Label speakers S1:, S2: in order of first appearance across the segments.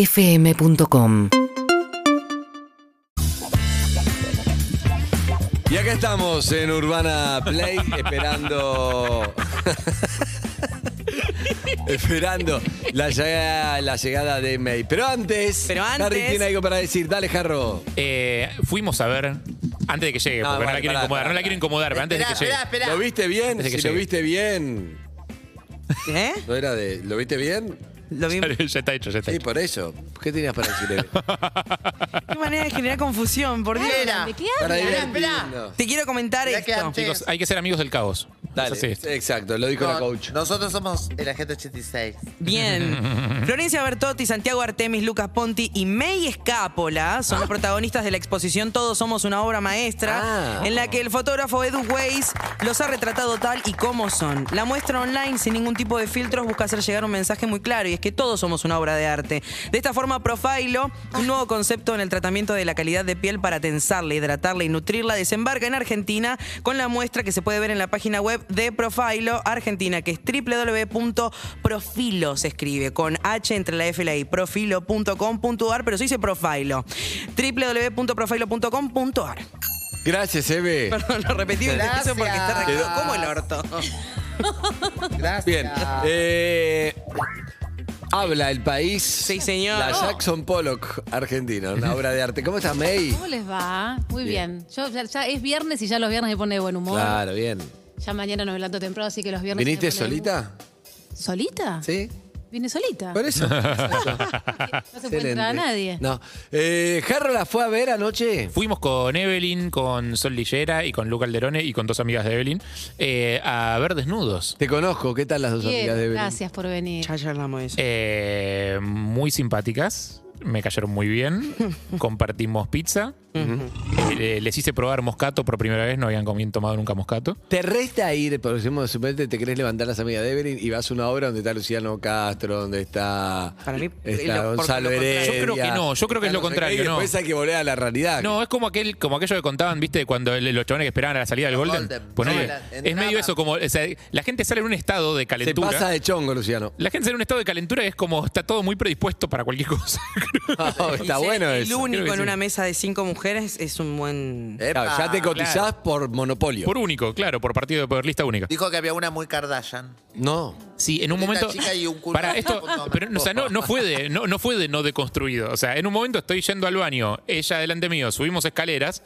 S1: UrbanaPlayFM.com
S2: Y acá estamos en Urbana Play esperando. esperando la llegada, la llegada de May. Pero antes,
S3: Pero antes-
S2: Harry tiene algo para decir. Dale, Jarro.
S4: Eh, fuimos a ver, antes de que llegue,
S2: Ah,
S4: porque no
S2: vale,
S4: la quiero
S2: pará, pará,
S4: incomodar, no la
S2: pará.
S4: quiero incomodar, pero antes de que llegue.
S3: Esperá, Ah, esperá,
S2: ¿Lo
S3: esperá.
S2: viste bien?
S4: Antes
S2: Si
S4: de que
S2: lo
S4: llegue.
S2: viste bien.
S3: ¿Eh?
S2: ¿No era de. ¿Lo viste bien?
S3: Lo vi.
S4: ya está hecho, ya está
S2: Sí,
S4: hecho.
S2: por eso. ¿Qué tenías para decir?
S3: Qué manera de generar confusión, por Dios.
S5: ¿De qué
S2: Para
S5: hablan?
S2: divertirnos.
S3: Te quiero comentar
S6: Mirá que
S3: esto.
S6: antes-
S4: Chicos, hay que ser amigos del caos. Es así.
S2: Dale, exacto, lo dijo la
S6: No,
S2: coach.
S6: Nosotros somos el agente 86.
S3: Bien. Florencia Bertotti, Santiago Artemis, Lucas Ponti y May Escápola son los protagonistas de la exposición Todos somos una obra maestra,
S2: Ah.
S3: en la que el fotógrafo Edu Weiss los ha retratado tal y como son. La muestra online, sin ningún tipo de filtros, busca hacer llegar un mensaje muy claro y es que todos somos una obra de arte. De esta forma, Profilo, un nuevo concepto en el tratamiento de la calidad de piel para tensarla, hidratarla y nutrirla, desembarca en Argentina con la muestra que se puede ver en la página web de Profilo Argentina, que es www.profilo, se escribe con H entre la F y la I, profilo.com.ar, pero se dice Profilo. www.profilo.com.ar.
S2: Gracias, Eve.
S3: Perdón, lo repetí un
S6: Gracias.
S3: porque está recto como el orto.
S6: Gracias.
S2: Bien. eh, habla el país. Sí,
S3: señor.
S5: Oh.
S2: La Jackson Pollock, argentina, una obra de arte. ¿Cómo estás, May?
S5: ¿Cómo les va? Muy bien. Yo ya, ya es viernes y ya los viernes me pone de buen humor.
S2: Claro, bien.
S5: Ya mañana nos levanto temprano, así que los viernes.
S2: ¿Viniste
S5: me pone de
S2: solita?
S5: buen- ¿Solita?
S2: Sí.
S5: Vine solita.
S2: Por eso.
S5: no Ah. se encuentra a nadie.
S2: No. Eh, ¿Jarro la fue a ver anoche?
S4: Fuimos con Evelyn, con Sol Lillera y con Luca Alderone y con dos amigas de Evelyn eh, a ver desnudos.
S2: Te conozco. ¿Qué tal las dos
S5: Bien,
S2: amigas de Belén?
S5: gracias por venir.
S3: Ya, ya hablamos de eso.
S4: Eh, muy simpáticas, me cayeron muy bien, compartimos pizza. Eh, les hice probar moscato por primera vez, no habían comido, tomado nunca moscato.
S2: ¿Te resta ir, por ejemplo, suponete te querés levantar las amigas de Evelyn y vas a una obra donde está Luciano Castro, donde está,
S3: Para mí,
S2: está
S3: lo- por-
S2: Gonzalo
S3: lo
S2: Heredia.
S3: contrario.
S4: Yo creo que no, yo creo que es lo
S2: está no sé qué,
S4: contrario,
S2: Y
S4: no.
S2: después hay que volver a la realidad.
S4: No, es como aquel, como aquello que contaban, viste, cuando el- los chavales que esperaban a la salida del
S6: Los
S4: Golden.
S6: Golden,
S4: Ponele.
S6: sí, la-
S4: es
S6: entraban.
S4: medio eso, como o sea, la gente sale en un estado de
S2: Se
S4: calentura.
S2: pasa de chongo, Luciano.
S4: La gente sale en un estado de calentura y es como está todo muy predispuesto para cualquier cosa.
S2: No,
S3: Y
S2: está
S3: ser
S2: bueno
S3: el
S2: eso.
S3: único
S4: creo
S3: en
S4: que sí.
S3: una mesa de cinco mujeres es un buen.
S2: Claro, ya te cotizás
S4: claro.
S2: por monopolio.
S4: por único, claro, por partido de poder lista única.
S6: Dijo que había una muy Kardashian.
S2: No.
S4: Sí, en un
S6: Una
S4: momento.
S6: chica y un culo.
S4: Pará, esto. Pero, o sea, no, no fue de, no, no fue de no deconstruido. O sea, en un momento estoy yendo al baño, ella delante mío, subimos escaleras.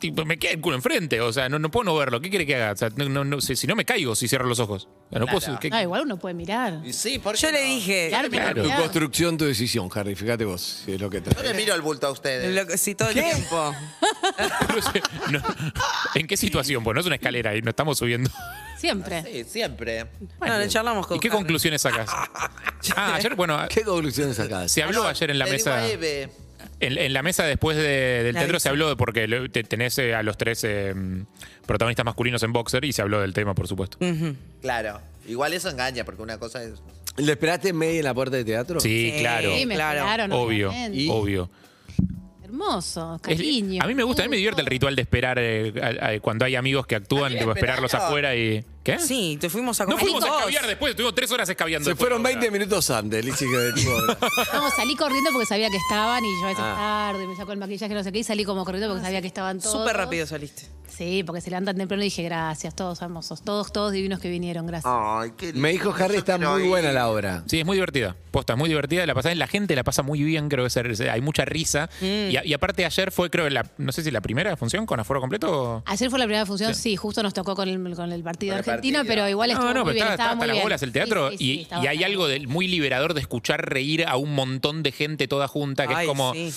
S4: Tipo, me queda el culo enfrente. O sea, no, no puedo no verlo. ¿Qué quiere que haga? O sea, no- no- no, si, si no me caigo, si cierro los ojos. O sea, no puedo- ¿qué-
S5: Ah, igual uno puede mirar.
S6: Y sí, porque
S3: Yo le dije.
S5: Claro,
S4: Claro.
S2: Tu
S5: mirar.
S2: construcción, tu decisión, Harry. Fíjate vos si es lo que
S6: Yo
S2: traes.
S6: le miro el bulto a ustedes.
S3: lo que- sí, todo el tiempo.
S4: No sé, no. ¿En qué situación? Pues no es una escalera y no estamos subiendo.
S5: Siempre.
S6: Sí, siempre.
S3: Bueno, le charlamos con.
S4: ¿Y qué
S3: Harry.
S4: conclusiones sacas? Ah, ayer, bueno,
S2: ¿Qué conclusiones sacás?
S4: se habló ayer en la
S6: Le digo
S4: mesa.
S6: a Eve,
S4: En, en la mesa después de- del
S3: La
S4: teatro se
S3: visa.
S4: habló de porque lo- te- tenés eh, a los tres eh, mm, protagonistas masculinos en boxer y se habló del tema, por supuesto.
S6: Claro. Igual eso engaña, porque una cosa es.
S2: ¿Le esperaste media en la puerta de teatro?
S4: Sí,
S3: Sí,
S4: claro.
S5: Sí, me
S3: Claro.
S5: esperaron,
S4: Obvio,
S5: obviamente.
S2: Y-
S4: obvio.
S5: Hermoso,
S4: Es-
S5: cariño.
S4: a mí me gusta, a mí me divierte el ritual de esperar eh, a- a- cuando hay amigos que
S6: A
S4: actúan,
S6: mí me
S4: tipo esperarlos
S6: esperaron.
S4: afuera y. ¿Qué?
S3: Sí, te fuimos a
S4: No
S3: comer.
S4: fuimos a
S3: Vos.
S4: escabiar después, estuvimos tres horas escabiando.
S2: Se
S4: después,
S2: fueron
S4: o sea.
S2: 20 minutos antes, Lichi, que de tipo-
S5: No, salí corriendo porque sabía que estaban y yo a veces tarde, me sacó el maquillaje, no sé qué, y salí como corriendo porque sabía que estaban todos.
S3: Súper rápido saliste.
S5: Sí, porque se levantan temprano y dije gracias, todos hermosos, todos, todos divinos que vinieron, gracias.
S6: Ay, qué lindo.
S2: Me dijo Harry,
S6: Yo
S2: está
S6: quiero
S2: muy
S6: ir.
S2: buena la obra.
S4: Sí, es muy divertida. Posta, es muy divertida. La, pasás- la gente la pasa muy bien, creo que se- hay mucha risa.
S5: Mm.
S4: Y, a- y aparte ayer fue, creo, la, no sé si la primera función con aforo completo. o-
S5: Ayer fue la primera función, sí, justo nos tocó con el, con el partido
S6: Con
S5: de
S6: el
S5: Argentina,
S6: partido.
S5: pero igual estuvo
S4: No, no, pero
S5: muy bien,
S4: está,
S5: estaba
S4: está
S5: muy
S4: hasta las
S5: bien.
S4: bolas el teatro
S5: Sí, sí, sí,
S4: y-
S5: estaba
S4: y, hay
S5: bastante
S4: algo
S5: bien.
S4: de- muy liberador de escuchar reír a un montón de gente toda junta, que
S3: Ay,
S4: es como...
S3: sí.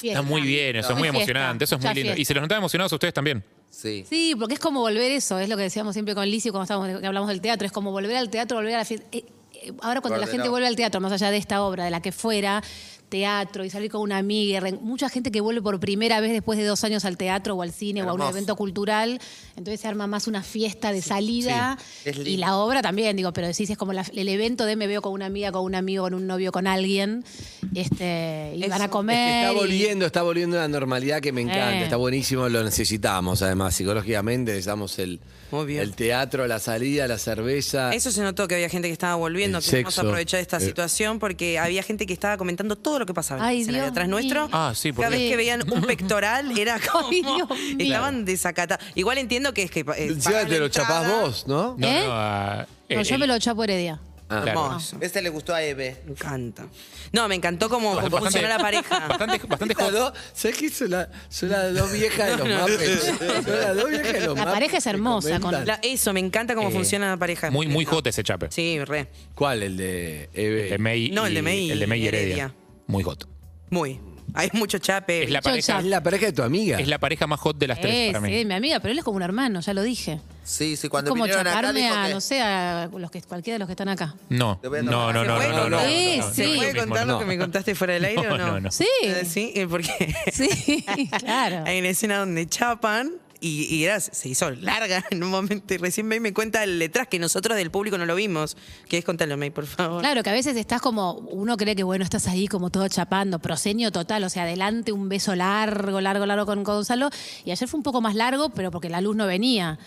S5: Fiesta.
S4: Está muy bien, eso es muy
S5: Fiesta,
S4: emocionante, eso es
S5: ya
S4: muy lindo.
S5: fiesta.
S4: Y se los notaba emocionados a ustedes también.
S6: Sí.
S5: Sí, porque es como volver eso, es lo que decíamos siempre con Lizzie cuando estábamos, que hablamos del teatro, es como volver al teatro, volver a la fiesta. Eh, eh, ahora cuando la
S6: Ordenado.
S5: gente vuelve al teatro, más allá de esta obra, de la que fuera, teatro y salir con una amiga, y re- mucha gente que vuelve por primera vez después de dos años al teatro o al cine o a
S6: Hermoso.
S5: un evento cultural, entonces se arma más una fiesta de salida
S6: Es lindo.
S5: y la obra también, digo, pero decís, es como la- el evento de me veo con una amiga, con un amigo, con un novio, con alguien Este, y
S3: Es-
S5: van
S3: es
S5: a
S3: que
S5: comer.
S2: Es que está
S5: y-
S2: volviendo, está volviendo a la normalidad que me encanta,
S5: Eh.
S2: está buenísimo, lo necesitamos además, psicológicamente necesitamos el,
S3: Muy bien.
S2: el teatro, la salida, la cerveza.
S3: Eso se notó que había gente que estaba volviendo.
S2: El
S3: Queremos
S2: sexo.
S3: aprovechar esta
S2: Eh.
S3: situación porque había gente que estaba comentando todo lo que pasaba en
S5: Ay,
S3: el escenario
S5: Dios
S3: atrás
S5: mío.
S3: nuestro.
S4: Ah, sí,
S3: Cada
S4: porque-
S3: vez que veían un pectoral era como.
S5: Ay, Dios mío.
S3: Estaban desacatados. Igual entiendo que es que. eh,
S2: Encima
S3: pagar la
S2: te lo chapás
S3: entrada-
S2: vos, ¿no?
S4: No,
S5: ¿Eh?
S4: no, ah,
S5: No,
S4: el-
S5: yo me lo echapo heredia.
S2: Ah.
S3: Hermoso.
S6: Este le gustó a Eve.
S3: Me encanta. No, me encantó cómo cómo
S4: bastante-
S3: funcionó la pareja.
S4: Bastante, bastante
S2: Estas
S4: joven.
S2: dos, ¿Sabes qué? Son, la- son las dos viejas de los Muppets. Son las dos viejas de los
S5: La
S2: Muppets
S5: pareja es
S2: que
S5: hermosa con-
S2: comentan.
S3: La- eso, me encanta cómo
S4: Eh,
S3: funciona la pareja.
S4: Muy, muy
S3: No.
S4: hot ese chape.
S3: Sí, re.
S2: ¿Cuál? El de Eve.
S4: El de May
S3: No, el de
S4: y-
S3: May
S4: El de May y
S3: y
S4: Heredia.
S3: Heredia.
S4: Muy hot.
S3: Muy. Hay mucho chape.
S4: Es la,
S5: Yo
S4: pareja,
S2: Es la pareja de tu amiga.
S4: es la pareja más hot de las tres
S3: Eh,
S5: Es,
S4: para mí.
S5: es Eh, mi amiga, pero él es como un hermano, ya lo dije.
S6: Sí, sí,
S5: Es
S6: cuando
S5: como
S6: vinieron acá
S5: chaparme
S6: dijo
S5: a,
S6: que-
S5: no sé, a los que, cualquiera de los que están acá.
S4: No,
S6: Te voy
S4: no, no,
S6: a tomar.
S4: no,
S3: ¿Se
S4: no,
S3: puede
S4: no, no,
S3: contar-
S5: Sí,
S4: no, no,
S5: sí.
S4: no,
S3: ¿Se
S4: no,
S3: puede
S4: no,
S3: contar
S4: no.
S3: lo que me contaste fuera del aire
S4: No,
S3: o no?
S4: no, no.
S5: Sí.
S3: Eh, Sí, eh, porque
S5: Sí, claro.
S3: hay una escena donde chapan y, y era- se hizo larga en un momento y recién May me cuenta el detrás que nosotros del público no lo vimos. ¿Querés contarlo, May, por favor?
S5: Claro, que a veces estás como, uno cree que bueno, estás ahí como todo chapando, prosenio total, o sea, adelante un beso largo, largo, largo con Gonzalo. Y ayer fue un poco más largo, pero porque la luz no venía.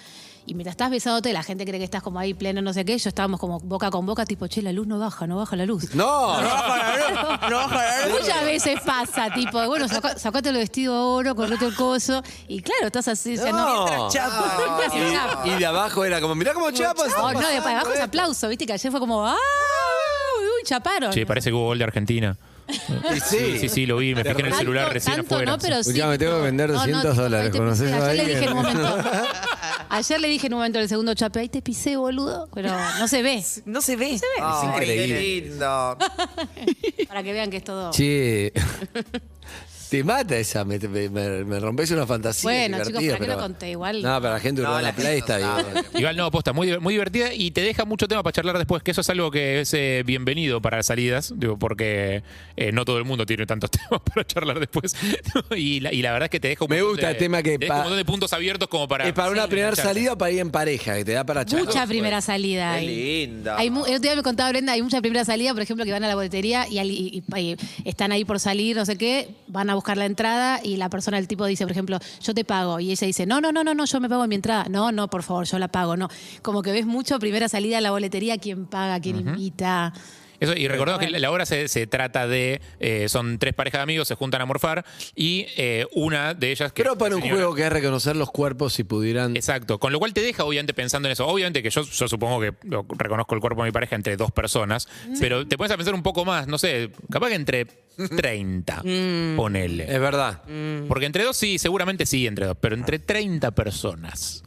S5: Y mientras estás besándote, la gente cree que estás como ahí pleno, no sé qué. Yo estábamos como boca con boca, tipo, che, la luz no baja, no baja la luz.
S2: No,
S3: No baja la luz, no baja la luz.
S5: Muchas veces pasa, tipo, bueno, saca- sacate el vestido de oro, correte el coso. Y claro, estás así, o sea, no.
S2: No.
S3: Mientras chapan.
S5: Mientras chapa.
S2: Y, y de abajo era como, mirá cómo chapas.
S5: Oh, no, de para abajo es aplauso, viste que ayer fue como, ¡ah! Uy, chaparon.
S4: Che, parece que hubo gol de Argentina.
S2: Y
S4: Sí, sí, sí, lo vi. Me fijé en el
S5: Tanto-
S4: celular recién
S5: tanto
S4: afuera.
S5: No, pero sí,
S2: Ya me tengo que
S5: no.
S2: vender
S5: No, no,
S2: 200 dólares,
S5: ahí te
S2: ¿conoces
S5: pisé.
S2: a
S5: Ayer le
S2: alguien?
S5: dije en un momento. Ayer le dije en un momento en el segundo chape, ahí te pisé, boludo. Pero no se ve.
S3: No se ve.
S6: Ay,
S2: increíble.
S6: qué lindo.
S5: Para que vean que es todo.
S2: Che. Te mata esa, me, me- me- me rompes una fantasía.
S5: Bueno,
S2: divertido,
S5: chicos, ¿para qué
S2: pero-
S5: lo conté? Igual-
S2: No, pero la gente
S6: No,
S2: duró en
S6: la
S2: la playa
S6: gente
S2: está
S6: no
S2: bien.
S4: Igual no, aposta, muy, diver- muy divertida y te deja mucho tema para charlar después, que eso es algo que es eh, bienvenido para las salidas, digo, porque eh, no todo el mundo tiene tantos temas para charlar después. y, la, y la verdad es que te deja un
S2: Me
S4: montón
S2: gusta
S4: de-
S2: el tema que
S4: te deja
S2: pa-
S4: un montón de puntos abiertos como para.
S2: Es para una
S4: Sí,
S2: primera
S4: engancharse.
S2: salida o para ir en pareja, que te da para charlar.
S5: Mucha primera salida.
S6: Qué
S5: hay.
S6: lindo.
S5: Hay mu- el otro día me contaba Brenda, hay mucha primera salida, por ejemplo, que van a la boletería y, al- y- y- y están ahí por salir, no sé qué, van a buscar la entrada y la persona, el tipo dice, por ejemplo, yo te pago. Y ella dice, no, no, no, no, no, yo me pago mi entrada. No, no, por favor, yo la pago, no. Como que ves mucho primera salida a la boletería, quién paga, quién invita.
S4: Eso, y recordemos que la obra se, se trata de. eh, son tres parejas de amigos, se juntan a morfar y eh, una de ellas. que
S2: Pero para un
S4: señora-
S2: juego que es reconocer los cuerpos si pudieran.
S4: Exacto, con lo cual te deja obviamente pensando en eso. Obviamente que yo, yo supongo que lo- reconozco el cuerpo de mi pareja entre dos personas,
S6: Mm.
S4: pero te pones a pensar un poco más, no sé, capaz que entre 30,
S6: Mm.
S4: ponele.
S6: Eh,
S2: Es verdad.
S4: Porque entre dos sí, seguramente sí, entre dos, pero entre 30 personas.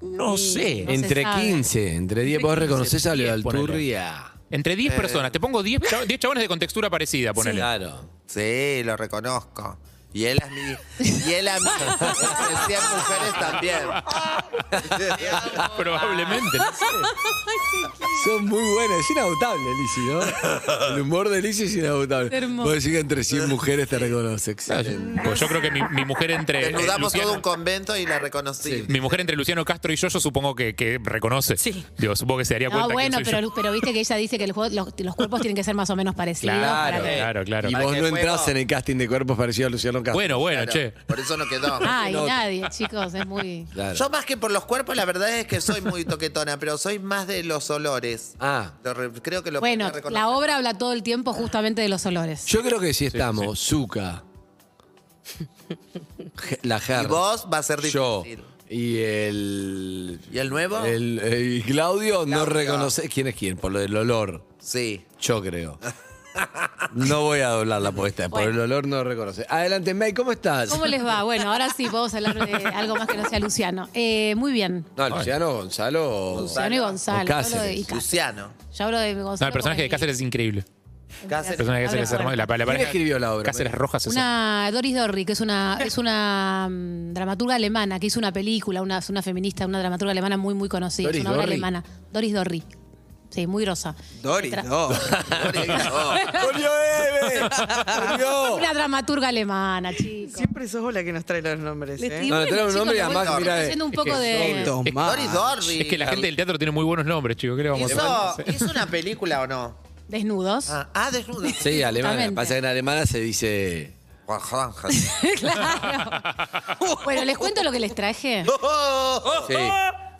S4: No sé.
S5: No se
S2: entre
S5: sabe.
S2: 15, entre 10, vos
S4: 15,
S2: reconoces a
S4: 10,
S2: Levalturri a.
S4: Entre
S6: Eh.
S4: 10 personas, te pongo 10, chab- 10 chabones de contextura parecida, ponele.
S2: Claro.
S6: Sí, lo reconozco. Y él a mí. Y él a mí. Decían mujeres también.
S4: Probablemente. no sé.
S2: Son muy buenas, es inagotable, Lizzy, ¿no? El humor de Lizzy es inagotable.
S5: Hermoso.
S2: Vos decís que entre 100 mujeres te reconoce. Excelente.
S4: Pues yo creo que mi, mi mujer entre. eh,
S6: Desnudamos
S4: Luciano-
S6: todo un convento y la reconocí.
S4: mi mujer entre Luciano Castro y yo, yo supongo que, que reconoce.
S3: Sí.
S4: Digo, supongo que se daría
S5: No,
S4: cuenta. quién
S5: Ah,
S4: soy
S5: bueno,
S4: yo.
S5: pero, pero viste que ella dice que el juego- los, los cuerpos tienen que ser más o menos parecidos.
S2: Claro.
S5: para que-
S4: Claro, claro.
S2: Y
S6: Para
S2: vos
S6: que
S2: no
S6: el
S2: entrás
S6: juego-
S2: en el casting de cuerpos parecidos a Luciano Castro.
S4: Bueno, bueno,
S6: Claro,
S4: che.
S6: Por eso no quedó.
S5: Ay,
S2: No.
S5: nadie, chicos, es muy...
S2: Claro.
S6: Yo más que por los cuerpos, la verdad es que soy muy toquetona, pero soy más de los olores.
S2: Ah.
S6: Lo re- creo que lo
S5: Bueno,
S6: puedo reconocer.
S5: la obra habla todo el tiempo justamente de los olores.
S2: Yo creo que si estamos, Zuka, Je- la Ger,
S6: Y vos va a ser
S2: yo
S6: difícil.
S2: y el...
S6: ¿Y el nuevo?
S2: el- eh, y Claudio, no
S6: Claudio.
S2: reconoce quién es quién, por lo del olor,
S6: Sí.
S2: yo creo. No voy a doblar la apuesta, por el olor no reconoce. Adelante, May, ¿cómo estás?
S5: ¿Cómo les va? Bueno, ahora sí podemos hablar de algo más que no sea Luciano. Eh, muy bien.
S2: No, Luciano, Gonzalo...
S5: Luciano y Gonzalo.
S2: O Cáceres.
S5: Yo hablo de, y Cáceres.
S6: Luciano.
S5: Yo hablo de Gonzalo.
S4: No, el personaje de
S5: como
S4: Cáceres es increíble. El
S6: Cáceres.
S4: personaje de Cáceres es hermoso. La, la
S2: ¿Quién
S4: pareja-
S2: escribió la obra?
S4: Cáceres Rojas es
S5: Una Doris Dorri, que es una, es una mm, dramaturga alemana que hizo una película, una, es una feminista, una dramaturga alemana muy, muy conocida.
S2: Doris
S5: es una obra
S2: Dorri.
S5: alemana. Doris Dorri. Sí, muy grosa.
S6: Doris,
S5: Tra-
S6: no. Doris, no.
S2: ¡Volvió Eve! ¡Volvió!
S5: Una dramaturga alemana, chicos.
S3: Siempre sos vos la que nos trae los nombres.
S5: Les
S3: ¿eh?
S5: digo,
S2: No, le trae un
S5: chicos,
S2: nombre y
S5: les voy
S2: además, mira,
S5: haciendo un
S4: es que
S5: poco de...
S4: son-
S3: Tomás.
S2: Ah.
S6: Doris, Doris.
S4: Es que la gente del teatro tiene muy buenos nombres, chicos. ¿Qué le vamos a
S6: ¿Hizo,
S4: hacer?
S6: hizo una película o no?
S5: desnudos.
S6: Ah, ah, desnuda.
S2: Sí, alemana.
S5: Justamente.
S2: Pasa que en alemana se dice.
S6: Guajanja.
S5: claro. bueno, les cuento lo que les traje.
S2: Sí.
S6: Oh.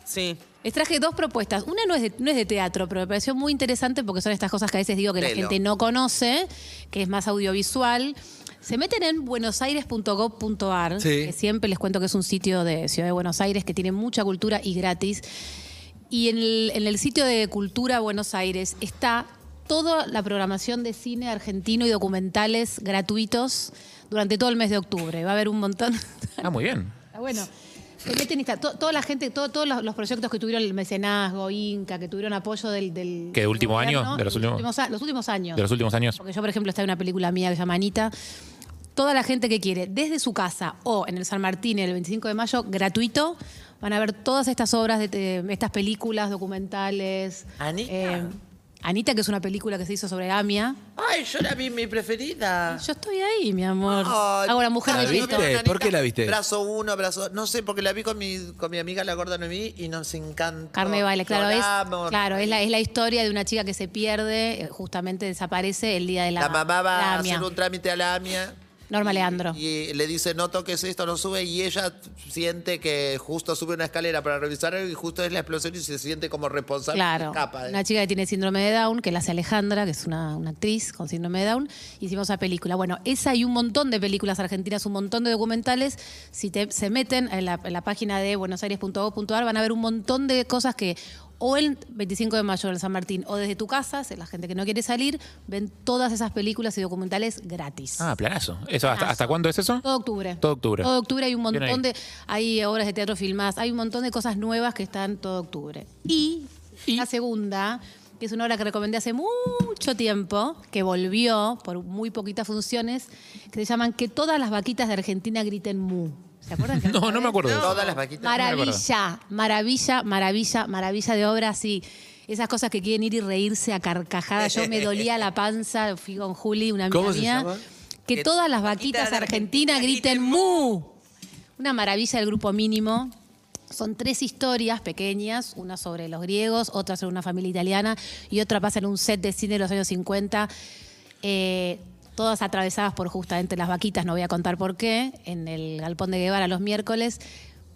S3: Sí.
S5: Les traje dos propuestas. Una no es, de, no es de teatro, pero me pareció muy interesante porque son estas cosas que a veces digo que la
S6: Lelo.
S5: gente no conoce, que es más audiovisual. Se meten en buenosaires.gov.ar,
S2: Sí.
S5: que siempre les cuento que es un sitio de Ciudad de Buenos Aires que tiene mucha cultura y gratis. Y en el, en el sitio de Cultura Buenos Aires está toda la programación de cine argentino y documentales gratuitos durante todo el mes de octubre. Va a haber un montón.
S4: Ah, muy bien.
S5: Ah, bueno. Se meten y está to- toda la gente, todo- todos los, los proyectos que tuvieron el mecenazgo, Inca, que tuvieron apoyo del. del
S4: ¿Qué, de último
S5: gobierno,
S4: año? ¿De los últimos-
S5: a- los últimos años.
S4: De los últimos años.
S5: Porque yo, por ejemplo, está en una película mía que se llama Anita. Toda la gente que quiere, desde su casa o en el San Martín el 25 de mayo, gratuito, van a ver todas estas obras, de, te- estas películas, documentales. Eh,
S1: Anita.
S5: Anita, que es una película que se hizo sobre Amia.
S1: Ay, yo la vi mi preferida.
S5: Yo estoy ahí, mi amor.
S6: Ah. Ay,
S5: Ahora, mujer
S2: ¿la
S5: de
S2: viste?
S5: Cristo.
S2: ¿Por qué la viste?
S1: Brazo uno, brazo dos. No sé, porque la vi con mi, con mi amiga la gorda Noemí y nos encanta.
S5: Carne de baile, claro, es, claro es, la, es la historia de una chica que se pierde, eh, justamente desaparece el día de la,
S1: La, mamá va
S5: la
S1: a
S5: AMIA.
S1: hacer un trámite a la AMIA.
S5: Norma
S1: y-
S5: Leandro.
S1: Y le dice, no toques esto, no sube. Y ella siente que justo sube una escalera para revisar algo y justo es la explosión y se siente como responsable. y
S5: Claro,
S1: escapa de-
S5: una chica que tiene síndrome de Down, que la hace Alejandra, que es una, una actriz con síndrome de Down. Hicimos esa película. Bueno, esa y un montón de películas argentinas, un montón de documentales. Si te- se meten en la, en la página de buenosaires.gov.ar van a ver un montón de cosas que o el 25 de mayo en el San Martín o desde tu casa, si la gente que no quiere salir, ven todas esas películas y documentales gratis.
S4: Ah, planazo. Eso, ¿hasta,
S5: Planazo.
S4: ¿Hasta cuándo es eso?
S5: Todo octubre.
S4: Todo octubre.
S5: Todo octubre hay un
S4: Bien
S5: montón
S4: ahí.
S5: de. Hay obras de teatro filmadas, hay un montón de cosas nuevas que están todo octubre. Y, la segunda, que es una obra que recomendé hace mucho tiempo, que volvió por muy poquitas funciones, que se llaman Que todas las vaquitas de Argentina griten mu. ¿Se acuerdan? que
S4: No, no me acuerdo. de eso.
S1: Todas las vaquitas.
S5: Maravilla, maravilla, maravilla, maravilla de obra, sí. Esas cosas que quieren ir y reírse a carcajadas. Yo me dolía la panza, fui con Juli, una amiga
S2: ¿Cómo se
S5: mía.
S2: llama?
S5: Que todas las vaquitas de Argentina griten mu. Una maravilla del grupo mínimo. Son tres historias pequeñas, una sobre los griegos, otra sobre una familia italiana y otra pasa en un set de cine de los años 50, eh, todas atravesadas por justamente las vaquitas, no voy a contar por qué, en el Galpón de Guevara los miércoles.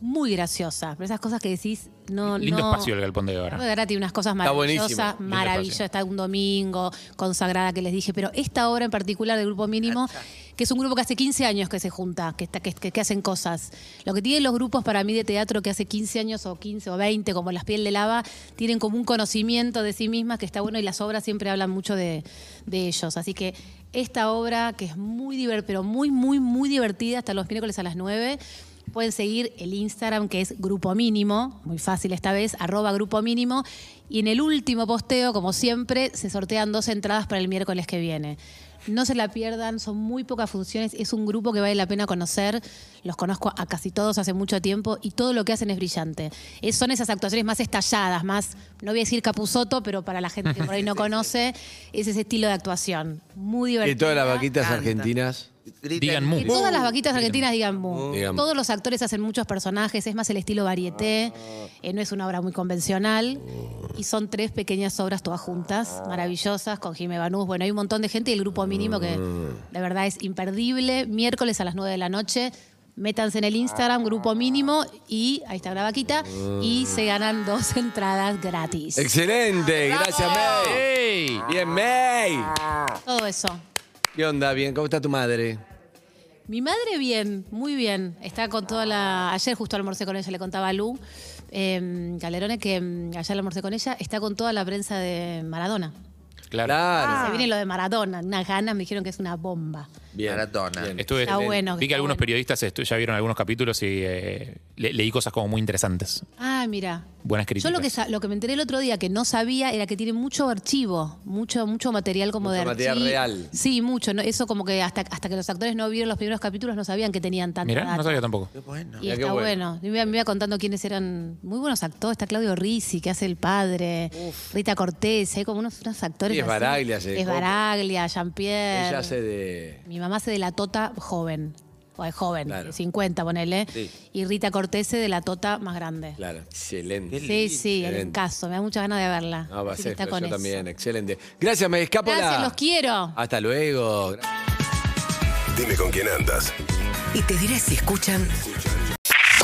S5: Muy graciosa, pero esas cosas que decís, no...
S4: Lindo
S5: no-
S4: espacio el galpón de
S5: Galpón
S4: Guevara.
S5: de Guevara tiene unas cosas
S2: Está buenísimo,
S5: maravillosas,
S4: lindo
S5: maravillosas,
S4: espacio.
S5: está un domingo consagrada que les dije, pero esta obra en particular del Grupo Mínimo, que es un grupo que hace 15 años que se junta, que, está, que, que- que hacen cosas. Lo que tienen los grupos para mí de teatro que hace 15 años o 15 o 20, como las piel de lava, tienen como un conocimiento de sí mismas que está bueno y las obras siempre hablan mucho de, de ellos. Así que esta obra, que es muy divertida, pero muy, muy, muy divertida, hasta los miércoles a las 9. Pueden seguir el Instagram que es Grupo Mínimo, muy fácil esta vez, arroba Grupo Mínimo. Y en el último posteo, como siempre, se sortean dos entradas para el miércoles que viene. No se la pierdan, son muy pocas funciones, es un grupo que vale la pena conocer, los conozco a casi todos hace mucho tiempo y todo lo que hacen es brillante. Es- son esas actuaciones más estalladas, más, no voy a decir capuzoto, pero para la gente que por ahí no conoce, es ese estilo de actuación, muy
S2: Y
S5: divertido.
S2: todas las vaquitas
S1: Canta.
S2: argentinas.
S1: Griten,
S4: Digan mu.
S5: Que todas las vaquitas
S4: Digan.
S5: argentinas digan mu.
S2: Digan mu.
S5: Todos los actores hacen muchos personajes, es más el estilo varieté, eh, no es una obra muy convencional. Y son tres pequeñas obras todas juntas, maravillosas, con Jimé Banús. Bueno, hay un montón de gente y el grupo mínimo que de verdad es imperdible. Miércoles a las 9 de la noche. Métanse en el Instagram, grupo mínimo, y ahí está la vaquita, y se ganan dos entradas gratis.
S2: Excelente, gracias May.
S4: ¡Ey!
S2: Bien May.
S5: Todo eso.
S2: ¿Qué onda? Bien, ¿cómo está tu madre?
S5: Mi madre bien, muy bien. Está con toda la... Ayer justo almorcé con ella, le contaba a Lu eh, Calderone que mm, ayer almorcé con ella. Está con toda la prensa de Maradona.
S4: Claro.
S2: Claro.
S5: Ah, Se viene lo de Maradona, unas ganas, me dijeron que es una bomba.
S2: Bien.
S6: Maratona.
S2: bien.
S4: Estuve,
S5: Está bueno,
S4: vi que
S5: está
S4: algunos
S5: bueno.
S4: periodistas estu- ya vieron algunos capítulos y eh, le- leí cosas como muy interesantes.
S5: Ah, mira.
S4: Buenas
S5: Yo
S4: críticas.
S5: lo que, sa- lo que me enteré el otro día que no sabía era que tiene mucho archivo, mucho mucho material como
S2: Mucho
S5: de
S2: material
S5: archivo.
S2: real.
S5: Sí, mucho. ¿no? Eso como que hasta, hasta que los actores no vieron los primeros capítulos no sabían que tenían tanta
S4: Mirá, no
S5: data.
S4: sabía tampoco.
S1: Bueno.
S5: Y
S2: Mirá qué
S5: está
S2: bueno.
S5: bueno. Y Me, iba, me iba contando quiénes eran muy buenos actores. Está Claudio Rizzi, que hace el padre. Rita Cortés. Hay como unos, unos actores.
S2: Sí, es
S5: así.
S2: Baraglia, hace
S5: Es
S2: Coco.
S5: Baraglia, Jean-Pierre.
S2: Ella hace de.
S5: Mi mamá hace de la tota joven. o es joven,
S2: Claro.
S5: 50, ponele.
S2: Sí.
S5: Y Rita Cortese de la Tota más grande.
S2: Claro, excelente.
S5: Sí, sí, en el
S2: Excelente.
S5: caso. Me da muchas ganas de verla.
S2: Ah, va a
S5: Así que
S2: ser,
S5: está
S2: pero
S5: con
S2: yo
S5: eso.
S2: también, excelente. Gracias, me escapo
S5: Gracias,
S2: la-
S5: los quiero.
S2: Hasta luego.
S7: Dime con quién andas.
S8: Y te diré si escuchan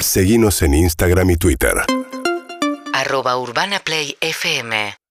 S7: Seguinos en Instagram y Twitter.
S8: arroba Urbana Play FM